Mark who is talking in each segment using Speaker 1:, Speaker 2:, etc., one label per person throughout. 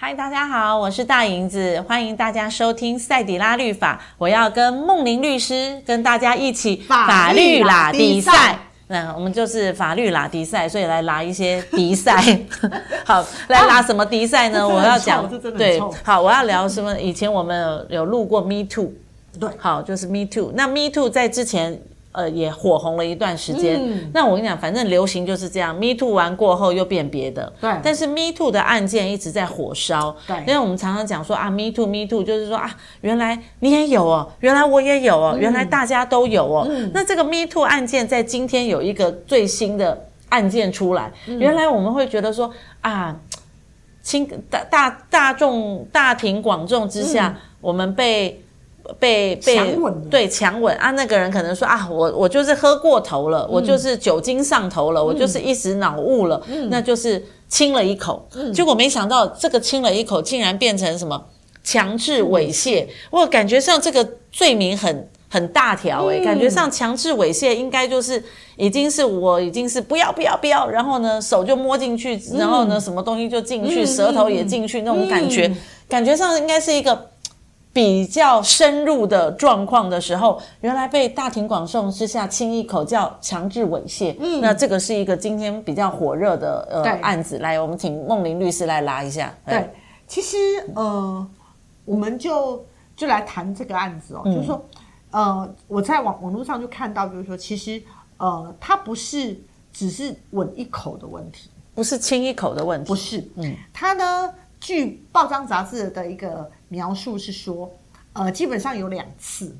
Speaker 1: 欢迎大家好，我是大银子，欢迎大家收听赛底拉律法。我要跟梦玲律师跟大家一起
Speaker 2: 法律拉迪赛。
Speaker 1: 那我们就是法律拉迪赛，所以来拉一些迪 赛。好，来拉什么迪赛呢？
Speaker 2: 这真的
Speaker 1: 我
Speaker 2: 很
Speaker 1: 要
Speaker 2: 臭
Speaker 1: 讲
Speaker 2: 这真的很
Speaker 1: 对
Speaker 2: 臭，
Speaker 1: 好，我要聊什么？以前我们有有录过 Me Too，
Speaker 2: 对
Speaker 1: 好，就是 Me Too。那 Me Too 在之前。呃，也火红了一段时间。
Speaker 2: 嗯
Speaker 1: 那我跟你讲，反正流行就是这样。Me Too 完过后又变别的。
Speaker 2: 对
Speaker 1: 但是 Me Too 的案件一直在火烧。
Speaker 2: 对
Speaker 1: 因为我们常常讲说啊，Me Too，Me Too，就是说啊，原来你也有哦，原来我也有哦，原来大家都有哦。那这个 Me Too 案件在今天有一个最新的案件出来，原来我们会觉得说啊。清大大大众大庭广众之下，我们被被被
Speaker 2: 嗯强吻了
Speaker 1: 对强吻啊，那个人可能说啊，我我就是喝过头
Speaker 2: 嗯
Speaker 1: 了，我就是酒精上头了，我就是一时脑雾了，
Speaker 2: 嗯
Speaker 1: 那就是亲了一口，结果没想到这个亲了一口竟然变成什么强制猥亵，我感觉上这个罪名很。很大条
Speaker 2: 嗯
Speaker 1: 哎、感觉上强制猥亵应该就是已经是我已经是不要不要不要，然后呢手就摸进去，然后
Speaker 2: 嗯
Speaker 1: 呢什么东西就进去，舌头也进去那种感觉，感觉上应该是一个比较深入的状况的时候，原来被大庭广众之下亲一口叫强制猥亵。嗯，那这个是一个今天比较火热的呃
Speaker 2: 对
Speaker 1: 案子。来，我们请梦玲律师来拉一下。哎
Speaker 2: 对，哎其实呃，我们就就来谈这个案子哦，就是说，呃，我在网网络上就看到，就是说，其实呃，它不是只是吻一口的问题，
Speaker 1: 不是亲一口的问题
Speaker 2: 不。是，嗯，它呢，据报章杂志的一个描述是说，呃，基本上有两次，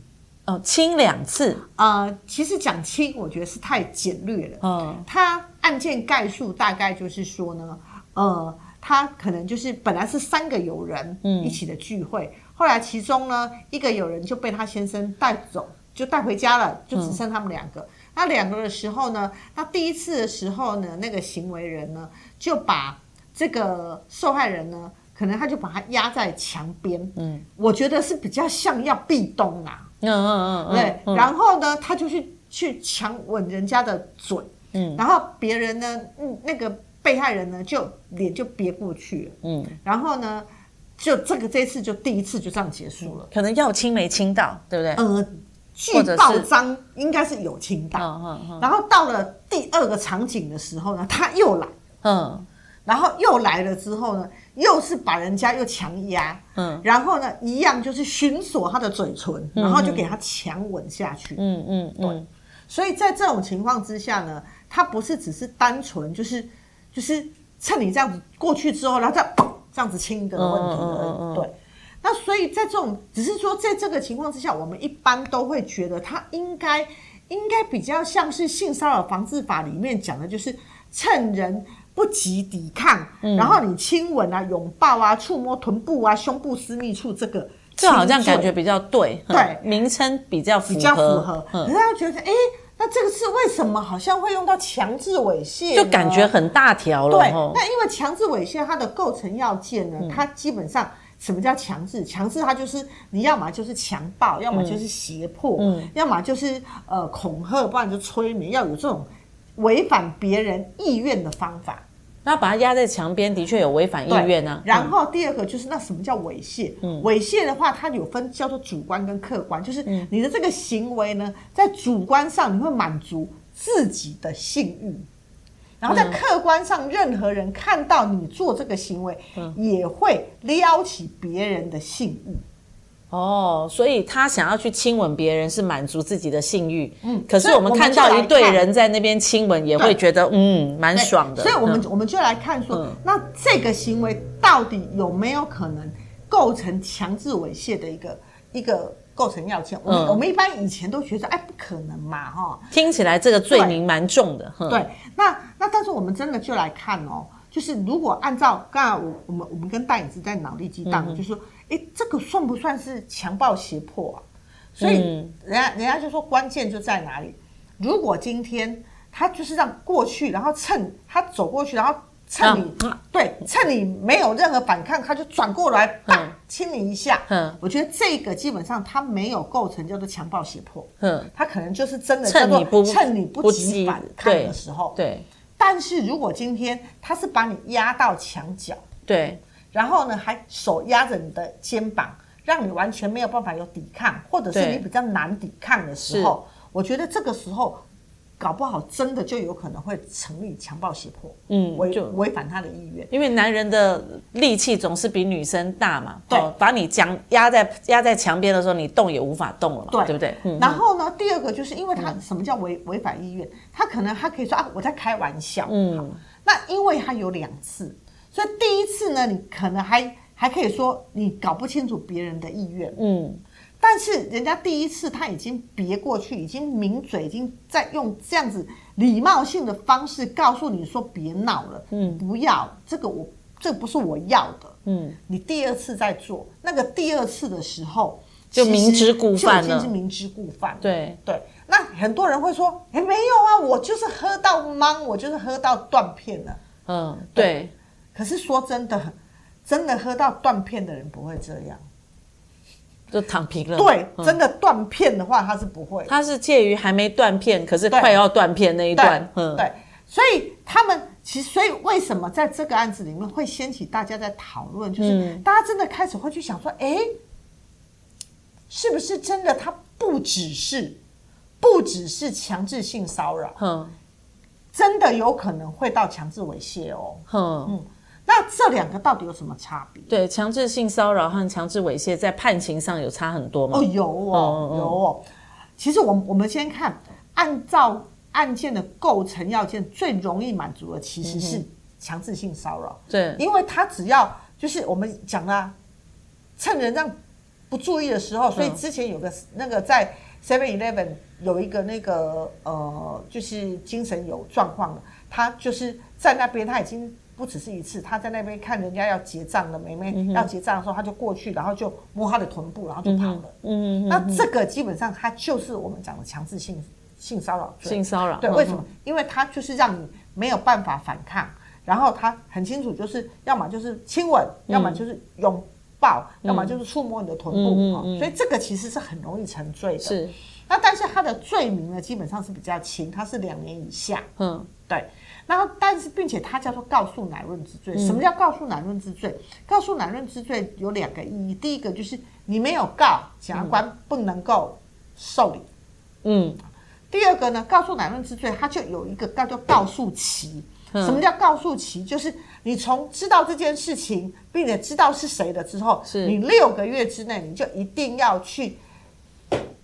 Speaker 1: 哦，亲两次。
Speaker 2: 呃，其实讲轻，我觉得是太简略了。
Speaker 1: 嗯，
Speaker 2: 他案件概述大概就是说呢，呃，他可能就是本来是三个友人一起的聚会，后来其中呢一个友人就被他先生带走，就带回家了，就只剩他们两个。那两个的时候呢，那第一次的时候呢，那个行为人呢就把这个受害人呢，可能他就把他压在墙边，嗯，我觉得是比较像要壁咚啊啦、
Speaker 1: 嗯嗯嗯，
Speaker 2: 对，
Speaker 1: 嗯
Speaker 2: 然后呢，他就去去强吻人家的嘴，嗯，然后别人呢，嗯，那个被害人呢，就脸就别过去了，嗯，然后呢，就这个这一次就第一次就这样结束了，
Speaker 1: 可能要亲没亲到，对不对？
Speaker 2: 呃，据
Speaker 1: 或者是
Speaker 2: 报章应该是有情到，
Speaker 1: 嗯嗯
Speaker 2: 然后到了第二个场景的时候呢，他又来，
Speaker 1: 嗯
Speaker 2: 然后又来了之后呢，又是把人家又强压，嗯，然后呢，一样就是寻索他的嘴唇，然后就给他强吻下去，
Speaker 1: 嗯嗯嗯，
Speaker 2: 所以在这种情况之下呢，他不是只是单纯就是就是趁你这样子过去之后，然后再砰这样子亲一个的问题而已。
Speaker 1: 嗯嗯嗯嗯
Speaker 2: 对。那所以在这种只是说在这个情况之下，我们一般都会觉得他应该应该比较像是性骚扰防治法里面讲的，就是趁人。不及抵抗，
Speaker 1: 嗯
Speaker 2: 然后你亲吻啊、拥抱啊、触摸臀部啊、胸部私密处，这个
Speaker 1: 这好像
Speaker 2: 亲
Speaker 1: 感
Speaker 2: 嘴
Speaker 1: 觉比较对，嗯
Speaker 2: 对
Speaker 1: 名称比较符合，
Speaker 2: 比较符合。
Speaker 1: 嗯
Speaker 2: 可是他觉得，哎、那这个是为什么好像会用到强制猥亵呢？
Speaker 1: 就感觉很大条了。
Speaker 2: 对。
Speaker 1: 哦嗯
Speaker 2: 那因为强制猥亵它的构成要件呢，它基本上。什么叫强制？强制它就是你要么就是强暴，
Speaker 1: 嗯
Speaker 2: 要么就是胁迫，要么就是呃恐吓，不然就催眠，要有这种违反别人意愿的方法。
Speaker 1: 那把它压在墙边，的确有违反意
Speaker 2: 对
Speaker 1: 愿啊嗯呢。
Speaker 2: 然后第二个就是，那什么叫猥亵？猥亵的话，它有分叫做主观跟客观，就是
Speaker 1: 嗯
Speaker 2: 你的这个行为呢，在主观上你会满足自己的性欲，然
Speaker 1: 嗯
Speaker 2: 后在客观上，任何人看到你做这个行为，
Speaker 1: 嗯
Speaker 2: 也会撩起别人的性欲。
Speaker 1: 哦，所以他想要去亲吻别人是满足自己的性欲，嗯，可是
Speaker 2: 所以
Speaker 1: 我们
Speaker 2: 我们
Speaker 1: 看
Speaker 2: 就
Speaker 1: 到
Speaker 2: 来
Speaker 1: 一对
Speaker 2: 看
Speaker 1: 人在那边亲吻，也会
Speaker 2: 对
Speaker 1: 觉得嗯蛮
Speaker 2: 对
Speaker 1: 爽的，
Speaker 2: 所以我们、
Speaker 1: 嗯
Speaker 2: 我们就来看说，
Speaker 1: 嗯
Speaker 2: 那这个行为到底有没有可能构成强制猥亵的一个一个构成要件？我们、
Speaker 1: 嗯
Speaker 2: 我们一般以前都觉得，哎，不可能嘛，哈、
Speaker 1: 听起来这个罪
Speaker 2: 对
Speaker 1: 名蛮重的，哼，
Speaker 2: 对，那那但是我们真的就来看哦，就是如果按照刚才我我们我们跟戴影子在脑力激荡，
Speaker 1: 嗯
Speaker 2: 就说，哎，这个算不算是强暴胁迫啊？
Speaker 1: 嗯
Speaker 2: 所以人家、人家就说关键就在哪里？如果今天他就是让过去，然后趁他走过去，然后趁你、
Speaker 1: 啊
Speaker 2: 对，趁你没有任何反抗，他就转过来，啪、亲你一下。
Speaker 1: 嗯
Speaker 2: 我觉得这个基本上他没有构成叫做强暴胁迫。
Speaker 1: 哼，
Speaker 2: 他可能就是真的叫
Speaker 1: 趁
Speaker 2: 做
Speaker 1: 你不
Speaker 2: 趁你不及
Speaker 1: 及
Speaker 2: 反抗
Speaker 1: 对
Speaker 2: 的时候，
Speaker 1: 对
Speaker 2: 但是如果今天他是把你压到墙角，
Speaker 1: 对，
Speaker 2: 然后呢还手压着你的肩膀，让你完全没有办法有抵抗，或者是
Speaker 1: 对
Speaker 2: 你比较难抵抗的时候，我觉得这个时候。搞不好真的就有可能会成立强暴胁迫，
Speaker 1: 嗯
Speaker 2: 违
Speaker 1: 就
Speaker 2: 违反他的意愿。
Speaker 1: 因为男人的力气总是比女生大嘛，
Speaker 2: 对
Speaker 1: 哦把你墙压在压在墙边的时候，你动也无法动了嘛，
Speaker 2: 对
Speaker 1: 对不对？嗯，
Speaker 2: 然后呢，第二个就是因为他什么叫违违反意愿，他可能他可以说啊，我在开玩笑。嗯，那因为他有两次，所以第一次呢，你可能还还可以说你搞不清楚别人的意愿，
Speaker 1: 嗯，
Speaker 2: 但是人家第一次他已经别过去，已经抿嘴，已经在用这样子礼貌性的方式告诉你说别闹了，嗯，不要这个我这不是我要的，嗯，你第二次再做，那个第二次的时候
Speaker 1: 就
Speaker 2: 其实
Speaker 1: 明知故犯
Speaker 2: 就已经
Speaker 1: 了
Speaker 2: 是明知故犯了，
Speaker 1: 对
Speaker 2: 对。那很多人会说，哎、没有啊，我就是喝到懵，我就是喝到断片了。
Speaker 1: 嗯，对，
Speaker 2: 可是说真的，真的喝到断片的人不会这样。
Speaker 1: 就躺平了。
Speaker 2: 对，
Speaker 1: 嗯
Speaker 2: 真的断片的话，他是不会的。
Speaker 1: 他是介于还没断片，可是
Speaker 2: 对
Speaker 1: 快要断片那一段，
Speaker 2: 对
Speaker 1: 嗯，
Speaker 2: 对，所以他们其实，所以为什么在这个案子里面会掀起大家在讨论，就是、大家真的开始会去想说，哎，是不是真的他不只是不只是强制性骚扰，
Speaker 1: 哼
Speaker 2: 真的有可能会到强制猥亵哦？
Speaker 1: 哼，
Speaker 2: 嗯，那这两个到底有什么差别？
Speaker 1: 对，强制性骚扰和强制猥亵在判刑上有差很多嘛？
Speaker 2: 哦，有哦
Speaker 1: 嗯，嗯
Speaker 2: 有哦。其实我们我们先看，按照案件的构成要件，最容易满足的其实是强制性骚扰，
Speaker 1: 对，
Speaker 2: 因为他只要就是我们讲啦、趁人让不注意的时候，所以
Speaker 1: 嗯
Speaker 2: 之前有个那个在 Seven Eleven 有一个那个呃，就是精神有状况的，他就是在那边他已经。不只是一次，他在那边看人家要结账的妹妹、
Speaker 1: 嗯
Speaker 2: 要结账的时候，他就过去，然后就摸她的臀部，然后就跑了。
Speaker 1: 嗯，
Speaker 2: 那这个基本上它就是我们讲的强制性性骚扰罪。
Speaker 1: 性骚扰
Speaker 2: 对，
Speaker 1: 嗯
Speaker 2: 为什么？因为它就是让你没有办法反抗，然后它很清楚，就是要么就是亲吻，要么就是拥抱，
Speaker 1: 嗯
Speaker 2: 要么就是触摸你的臀部、哦所以这个其实是很容易成罪的。
Speaker 1: 是，
Speaker 2: 那但是它的罪名呢，基本上是比较轻，它是两年以下。
Speaker 1: 嗯，
Speaker 2: 对，然后但是并且它叫做告诉乃论之
Speaker 1: 嗯
Speaker 2: 罪。什么叫告诉乃论之罪？告诉乃论之罪有两个意义，第一个就是你没有告，检察官不能够受理；
Speaker 1: 嗯，
Speaker 2: 第二个呢，告诉乃论之罪，它就有一个叫做告诉期。
Speaker 1: 嗯
Speaker 2: 什么叫告诉期？就是你从知道这件事情，并且知道是谁了之后，
Speaker 1: 是
Speaker 2: 你六个月之内，你就一定要去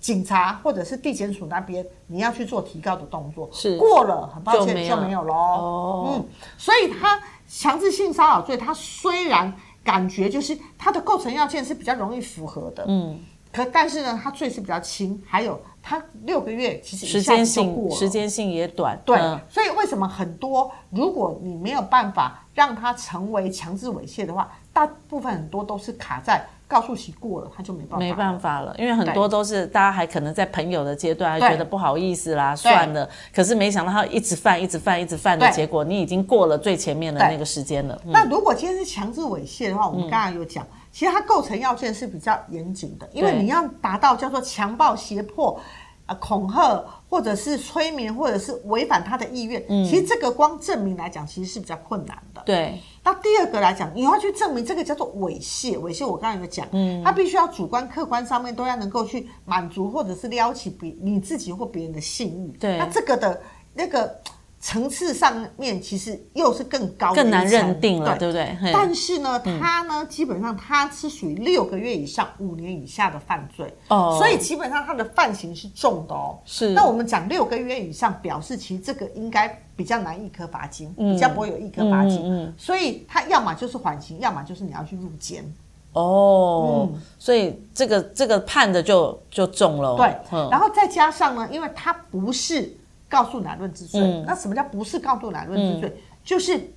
Speaker 2: 警察或者是地检署那边，你要去做提告的动作。
Speaker 1: 是
Speaker 2: 过了，很抱
Speaker 1: 就
Speaker 2: 歉
Speaker 1: 没
Speaker 2: 就
Speaker 1: 了
Speaker 2: 没有喽。
Speaker 1: 哦
Speaker 2: 嗯，所以他强制性骚扰罪，他虽然感觉就是他的构成要件是比较容易符合的，嗯，可但是呢，他罪是比较轻，还有他六个月其实一
Speaker 1: 时
Speaker 2: 下
Speaker 1: 间
Speaker 2: 子就
Speaker 1: 性
Speaker 2: 过了
Speaker 1: 时间性也短，
Speaker 2: 对，
Speaker 1: 嗯
Speaker 2: 所以为什么很多如果你没有办法让他成为强制猥亵的话，大部分很多都是卡在告诉期过了，他就没办法，
Speaker 1: 没办法了，因为很多都是大家还可能在朋友的阶段，还
Speaker 2: 对
Speaker 1: 觉得不好意思啦，算了。可是没想到他一直犯、一直犯、一直犯的
Speaker 2: 对
Speaker 1: 结果，你已经过了最前面的
Speaker 2: 对
Speaker 1: 那个时间了。嗯
Speaker 2: 那如果今天是强制猥亵的话，我们刚才有讲，其实它构成要件是比较严谨的，因为
Speaker 1: 对
Speaker 2: 你要达到叫做强暴、胁迫、呃恐吓，或者是催眠，或者是违反他的意愿，其实这个光证明来讲，其实是比较困难的。
Speaker 1: 嗯对，
Speaker 2: 那第二个来讲，你要去证明这个叫做猥亵，猥亵我刚才有讲，嗯，它必须要主观、客观上面都要能够去满足或者是撩起别你自己或别人的性欲，
Speaker 1: 对
Speaker 2: 那这个的那个层次上面其实又是更高的
Speaker 1: 更难
Speaker 2: 一层
Speaker 1: 认定了，对不对？嘿
Speaker 2: 但是呢，
Speaker 1: 嗯
Speaker 2: 他呢，基本上他是属于六个月以上五年以下的犯罪，
Speaker 1: 哦
Speaker 2: 所以基本上他的犯刑是重的哦。
Speaker 1: 是
Speaker 2: 那我们讲六个月以上，表示其实这个应该比较难一颗罚金，比较不会有一颗罚金，
Speaker 1: 嗯
Speaker 2: 所以他要么就是缓刑，要么就是你要去入监。
Speaker 1: 哦，
Speaker 2: 嗯
Speaker 1: 所以这个这个判的就就重了哦。
Speaker 2: 对，
Speaker 1: 嗯
Speaker 2: 然后再加上呢，因为他不是告诉乃论之罪，
Speaker 1: 嗯
Speaker 2: 那什么叫不是告诉乃论之罪？就是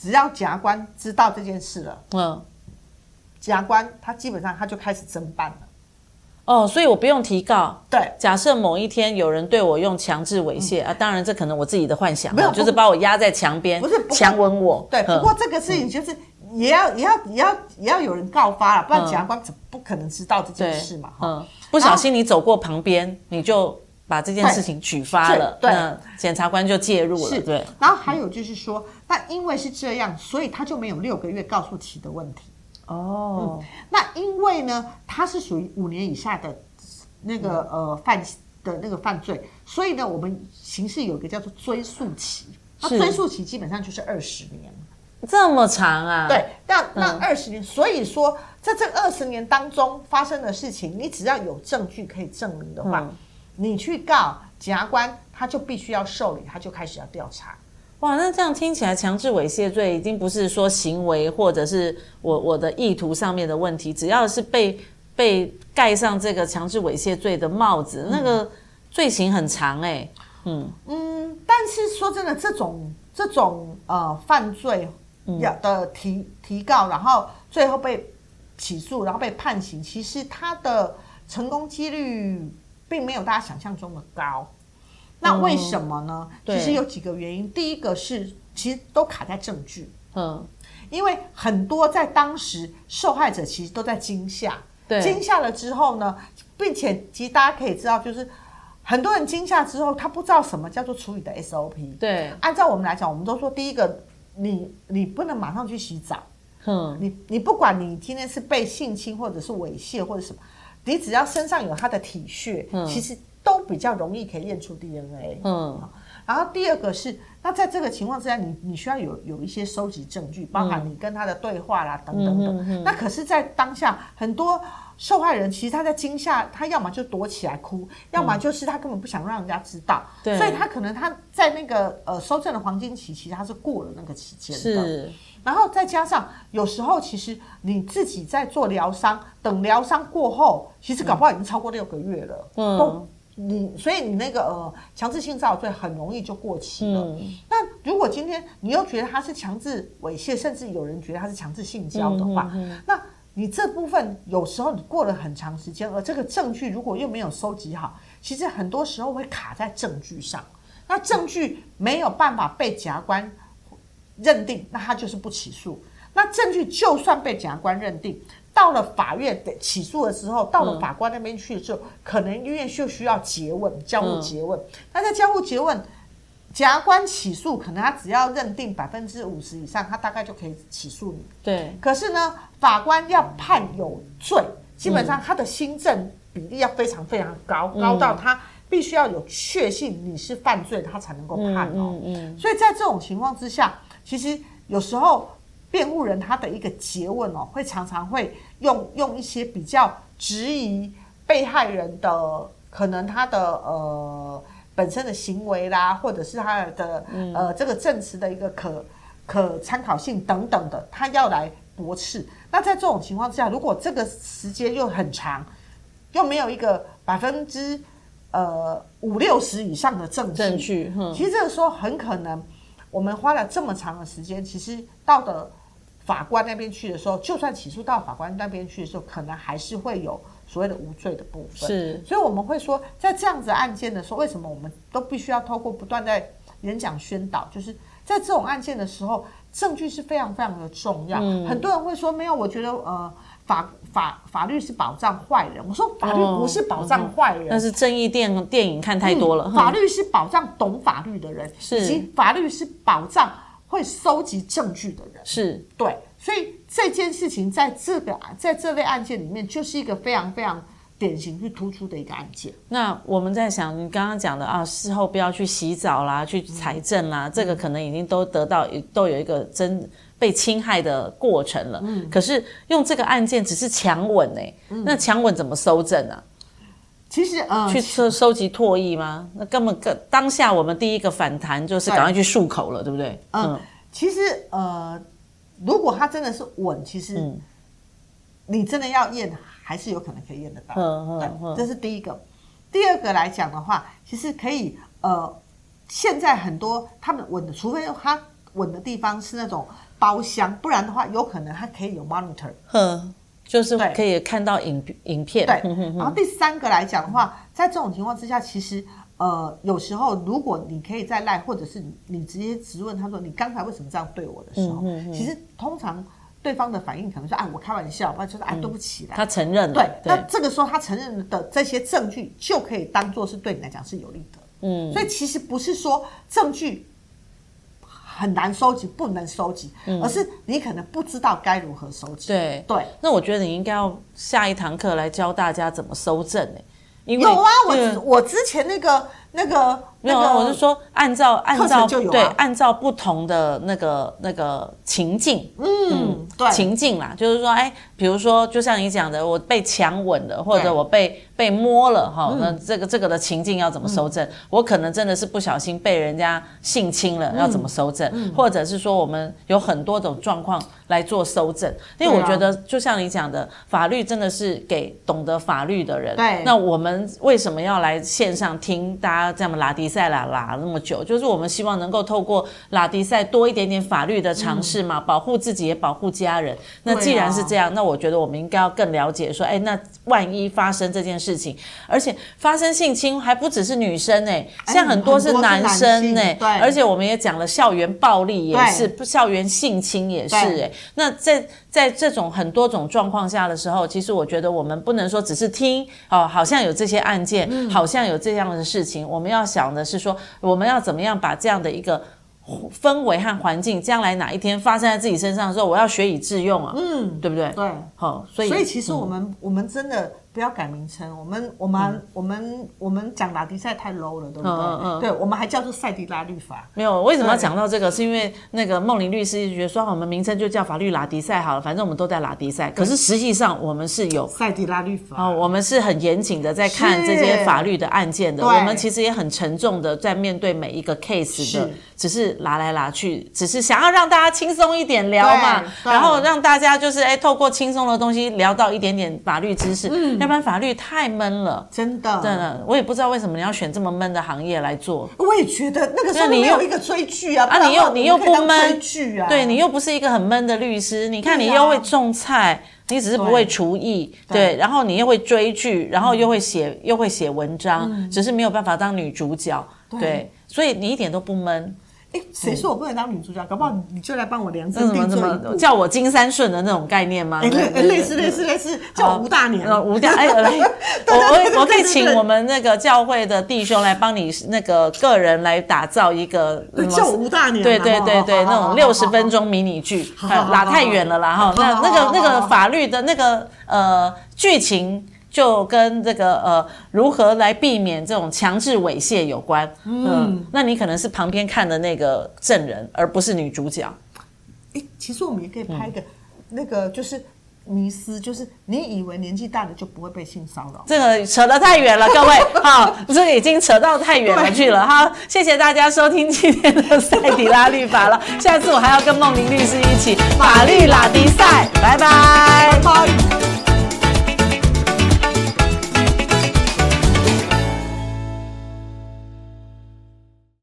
Speaker 2: 只要检察官知道这件事了，
Speaker 1: 嗯，
Speaker 2: 检察官他基本上他就开始侦办了。
Speaker 1: 哦，所以我不用提告。
Speaker 2: 对，
Speaker 1: 假设某一天有人对我用强制猥亵、啊，当然这可能我自己的幻想，
Speaker 2: 嗯
Speaker 1: 啊
Speaker 2: 没有
Speaker 1: 就是把我压在墙边，
Speaker 2: 不是不过
Speaker 1: 强吻我。
Speaker 2: 对，
Speaker 1: 嗯
Speaker 2: 不过这个事情就是也要、也要也要也要有人告发了，
Speaker 1: 嗯
Speaker 2: 不然检察官怎么不可能知道这件
Speaker 1: 对，
Speaker 2: 事嘛？哈、
Speaker 1: 嗯，不小心你走过旁边，你就把这件
Speaker 2: 对
Speaker 1: 事情举发了，
Speaker 2: 对对
Speaker 1: 那检察官就介入了，
Speaker 2: 是
Speaker 1: 嗯对，
Speaker 2: 然后还有就是说，那因为是这样，所以他就没有六个月告诉期的问题。
Speaker 3: 哦，
Speaker 2: 那因为呢，他是属于五年以下的那个
Speaker 1: 嗯
Speaker 2: 呃犯的那个犯罪，所以呢，我们刑事有一个叫做追诉期。那
Speaker 1: 是
Speaker 2: 追诉期基本上就是二十年。
Speaker 1: 这么长啊？
Speaker 2: 对，那那二十年，所以说在这二十年当中发生的事情，你只要有证据可以证明的话，
Speaker 1: 嗯
Speaker 2: 你去告检察官，他就必须要受理，他就开始要调查。
Speaker 1: 哇，那这样听起来，强制猥亵罪已经不是说行为或者是我我的意图上面的问题，只要是被被盖上这个强制猥亵罪的帽子，那个罪行很长哎、
Speaker 2: 嗯，但是说真的，这种这种呃犯罪要的提提告，然后最后被起诉，然后被判刑，其实它的成功几率并没有大家想象中的高。那为什么呢？
Speaker 1: 对
Speaker 2: 其实有几个原因。第一个是，其实都卡在证据，
Speaker 1: 嗯，
Speaker 2: 因为很多在当时受害者其实都在惊吓，
Speaker 1: 对
Speaker 2: 惊吓了之后呢，并且其实大家可以知道，就是很多人惊吓之后，他不知道什么叫做处理的 SOP。
Speaker 1: 对，
Speaker 2: 按照我们来讲，我们都说第一个，你你不能马上去洗澡，
Speaker 1: 嗯，
Speaker 2: 你你不管你今天是被性侵或者是猥亵或者什么，你只要身上有他的体屑，其实都比较容易可以验出 DNA。
Speaker 1: 嗯
Speaker 2: 好，然后第二个是，那在这个情况之下，你你需要有有一些收集证
Speaker 1: 嗯
Speaker 2: 据，包含你跟他的对话啦，等等等。那可是，在当下很多。受害人其实他在惊吓，他要么就躲起来哭，要么就是他根本不想让人家知道，
Speaker 1: 嗯对
Speaker 2: 所以他可能他在那个呃收证的黄金期，其实他是过了那个期间的。
Speaker 1: 是，
Speaker 2: 然后再加上有时候其实你自己在做疗伤，等疗伤过后，其实搞不好已经超过六个月了，
Speaker 1: 嗯
Speaker 2: 都你所以你那个呃强制性骚扰罪很容易就过期了。
Speaker 1: 嗯
Speaker 2: 那如果今天你又觉得他是强制猥亵，甚至有人觉得他是强制性交的话，那你这部分有时候你过了很长时间，而这个证据如果又没有收集好，其实很多时候会卡在证据上。那证据没有办法被检察官认定，那他就是不起诉。那证据就算被检察官认定，到了法院得起诉的时候，到了法官那边去的时候，可能因为就需要诘问、交互诘问。那在交互诘问，检察官起诉，可能他只要认定百分之五十以上，他大概就可以起诉你。
Speaker 1: 对，
Speaker 2: 可是呢，法官要判有罪，基本
Speaker 1: 嗯
Speaker 2: 上他的新政比例要非常非常高，高到他必须要有确信你是犯罪的，他才能够判哦。
Speaker 1: 嗯嗯
Speaker 2: 所以在这种情况之下，其实有时候辩护人他的一个诘问哦，会常常会用用一些比较质疑被害人的可能他的呃本身的行为啦，或者是他的、呃这个证词的一个可可参考性等等的，他要来驳斥。那在这种情况之下，如果这个时间又很长，又没有一个百分之呃五六十以上的证据，
Speaker 1: 证据，嗯，
Speaker 2: 其实这个时候很可能，我们花了这么长的时间，其实到的法官那边去的时候，就算起诉到法官那边去的时候，可能还是会有所谓的无罪的部分。
Speaker 1: 是
Speaker 2: 所以我们会说，在这样子案件的时候，为什么我们都必须要透过不断在演讲宣导，就是在这种案件的时候，证据是非常非常的重要。
Speaker 1: 嗯
Speaker 2: 很多人会说，没有，我觉得呃。法法法律是保障坏人，我说法律
Speaker 1: 哦
Speaker 2: 不是保障坏人，
Speaker 1: 但是正义电电影看太多了，
Speaker 2: 嗯法
Speaker 1: 哼
Speaker 2: 律是保障懂法律的人，
Speaker 1: 是
Speaker 2: 以及法律是保障会收集证据的人。
Speaker 1: 是
Speaker 2: 对，所以这件事情在这个在这类案件里面，就是一个非常非常典型去突出的一个案件。
Speaker 1: 那我们在想，你刚刚讲的啊，事后不要去洗澡啦，去财政
Speaker 2: 嗯
Speaker 1: 啦，这个可能已经都得到都有一个真被侵害的过程了。
Speaker 2: 嗯
Speaker 1: 可是用这个案件只是强吻哎、那强吻怎么搜证啊？
Speaker 2: 其实，呃，
Speaker 1: 去收收集唾液吗？那根本跟当下我们第一个反弹就是赶快去漱口了，对不对？
Speaker 2: 嗯，其实呃，如果他真的是稳，其实
Speaker 1: 嗯
Speaker 2: 你真的要验，还是有可能可以验得到。
Speaker 1: 嗯嗯嗯
Speaker 2: 对，这是第一个。第二个来讲的话，其实可以呃，现在很多他们稳的，除非他稳的地方是那种包厢，不然的话，有可能他可以有 monitor。
Speaker 1: 哼，就是
Speaker 2: 对
Speaker 1: 可以看到影影片，
Speaker 2: 对
Speaker 1: 嗯，
Speaker 2: 然后第三个来讲的话，在这种情况之下，其实呃，有时候如果你可以在赖，或者是你你直接质问他说你刚才为什么这样对我的时候，其实通常对方的反应可能说啊我开玩笑，或者就是啊对不起啦。
Speaker 1: 他承认了，
Speaker 2: 对，那这个时候他承认的这些证据就可以当做是对你来讲是有利的。嗯，所以其实不是说证据很难收集，不能收集，而是你可能不知道该如何收集。
Speaker 1: 对
Speaker 2: 嗯对，
Speaker 1: 那我觉得你应该要下一堂课来教大家怎么收证哎、因为
Speaker 2: 有啊，我
Speaker 1: 对
Speaker 2: 只我之前那个那个
Speaker 1: 没有
Speaker 2: 那
Speaker 1: 啊，
Speaker 2: 个，
Speaker 1: 我是说按照按
Speaker 2: 课
Speaker 1: 照
Speaker 2: 程就有啊
Speaker 1: 对按照不同的那个那个情境，
Speaker 2: 嗯，对，
Speaker 1: 情境啦，就是说，哎，比如说，就像你讲的，我被强吻了，或
Speaker 2: 对
Speaker 1: 者我被被摸了，哈，那这个这个的情境要怎么收正？我可能真的是不小心被人家性侵了，要怎么收正？或者是说，我们有很多种状况来做收正，因为
Speaker 2: 对
Speaker 1: 我
Speaker 2: 啊
Speaker 1: 觉得，就像你讲的，法律真的是给懂得法律的人。
Speaker 2: 对
Speaker 1: 那我们为什么要来线上听大家这么拉迪赛啦啦那么久？就是我们希望能够透过拉迪赛多一点点法律的尝试嘛，保护自己也保护家人。那
Speaker 2: 嗯对啊
Speaker 1: 既然是这样，那我觉得我们应该要更了解说，哎，那万一发生这件事情，而且哎发生性侵还不只是女生哎、
Speaker 2: 哎
Speaker 1: 像很多是
Speaker 2: 很多是
Speaker 1: 男
Speaker 2: 男
Speaker 1: 生
Speaker 2: 性
Speaker 1: 哎、
Speaker 2: 对
Speaker 1: 而且我们也讲了校园暴力也
Speaker 2: 对
Speaker 1: 是，校园性侵也是哎、
Speaker 2: 对
Speaker 1: 那在在这种很多种状况下的时候，其实我觉得我们不能说只是听哦，好像有这些案件，
Speaker 2: 嗯
Speaker 1: 好像有这样的事情，我们要想的是说，我们要怎么样把这样的一个。氛围和环境，将来哪一天发生在自己身上的时候，我要学以致用啊，嗯，对不对？嗯
Speaker 2: 对。
Speaker 1: 好、所以
Speaker 2: 所以其实我们、我们真的不要改名称，我们我们、我们我们讲拉迪赛太 low 了，对不对？
Speaker 1: 嗯嗯嗯
Speaker 2: 对，我们还叫做赛迪拉律法。
Speaker 1: 没有，为什么要讲到这个？是因为那个梦玲律师一直觉得说，啊我们名称就叫法律拉迪赛好了，反正我们都在拉迪赛。可是实际上，我们是有
Speaker 2: 赛迪拉律法，
Speaker 1: 啊，我们是很严谨的在看
Speaker 2: 是
Speaker 1: 这些法律的案件的，
Speaker 2: 对
Speaker 1: 我们其实也很沉重的在面对每一个 case 的
Speaker 2: 是，
Speaker 1: 只是拿来拿去，只是想要让大家轻松一点聊嘛，
Speaker 2: 对对
Speaker 1: 然后让大家就是哎，透过轻松的东西聊到一点点法律知识，
Speaker 2: 嗯
Speaker 1: 要不然法律太闷了。
Speaker 2: 真的，
Speaker 1: 真的，我也不知道为什么你要选这么闷的行业来做。
Speaker 2: 我也觉得那个时候
Speaker 1: 那你
Speaker 2: 没
Speaker 1: 又
Speaker 2: 有一个追剧啊，不
Speaker 1: 啊，
Speaker 2: 然
Speaker 1: 你
Speaker 2: 的
Speaker 1: 又
Speaker 2: 话
Speaker 1: 你又
Speaker 2: 我们可以
Speaker 1: 不
Speaker 2: 当
Speaker 1: 闷
Speaker 2: 追剧啊，
Speaker 1: 对你又不是一个很闷的律师。你看你
Speaker 2: 对啊
Speaker 1: 又会种菜，你只是不
Speaker 2: 对
Speaker 1: 会厨艺，对，然后你又会追剧，然后又会
Speaker 2: 嗯
Speaker 1: 写又会写文章，只是没有办法当女主角，对，所以你一点都不闷，
Speaker 2: 哎，谁说我不能当女主角？搞不好你你就来帮我量
Speaker 1: 那
Speaker 2: 身
Speaker 1: 怎么
Speaker 2: 定
Speaker 1: 怎
Speaker 2: 做一
Speaker 1: 么
Speaker 2: 部，
Speaker 1: 叫我金三顺的那种概念吗？
Speaker 2: 哎，类
Speaker 1: 对
Speaker 2: 哎类似类。似类似，叫我吴大娘，
Speaker 1: 呃，吴大 哎，来，我我我可以请我们那个教会的弟兄来帮你那个个人来打造一个什么
Speaker 2: 叫我吴大娘啊，
Speaker 1: 对对对对，
Speaker 2: 哦好
Speaker 1: 那种六十分，钟迷你剧，
Speaker 2: 好好
Speaker 1: 呃
Speaker 2: 好
Speaker 1: 拉
Speaker 2: 好
Speaker 1: 太远了啦哈。
Speaker 2: 好
Speaker 1: 那
Speaker 2: 好
Speaker 1: 那
Speaker 2: 好
Speaker 1: 个那
Speaker 2: 好
Speaker 1: 个
Speaker 2: 好
Speaker 1: 法律的那个呃剧情。就跟这个呃如何来避免这种强制猥亵有关，嗯，那你可能是旁边看的那个证人，而不是女主角。
Speaker 2: 哎，诶其实我们也可以拍一个那个就是迷思，就是你以为年纪大了就不会被性骚扰，
Speaker 1: 这个扯得太远了，各位，好，这个已经扯到太远了去了哈。谢谢大家收听今天的赛迪拉律法了，下次我还要跟梦玲律师一起法律拉迪赛，拜拜
Speaker 2: 拜拜。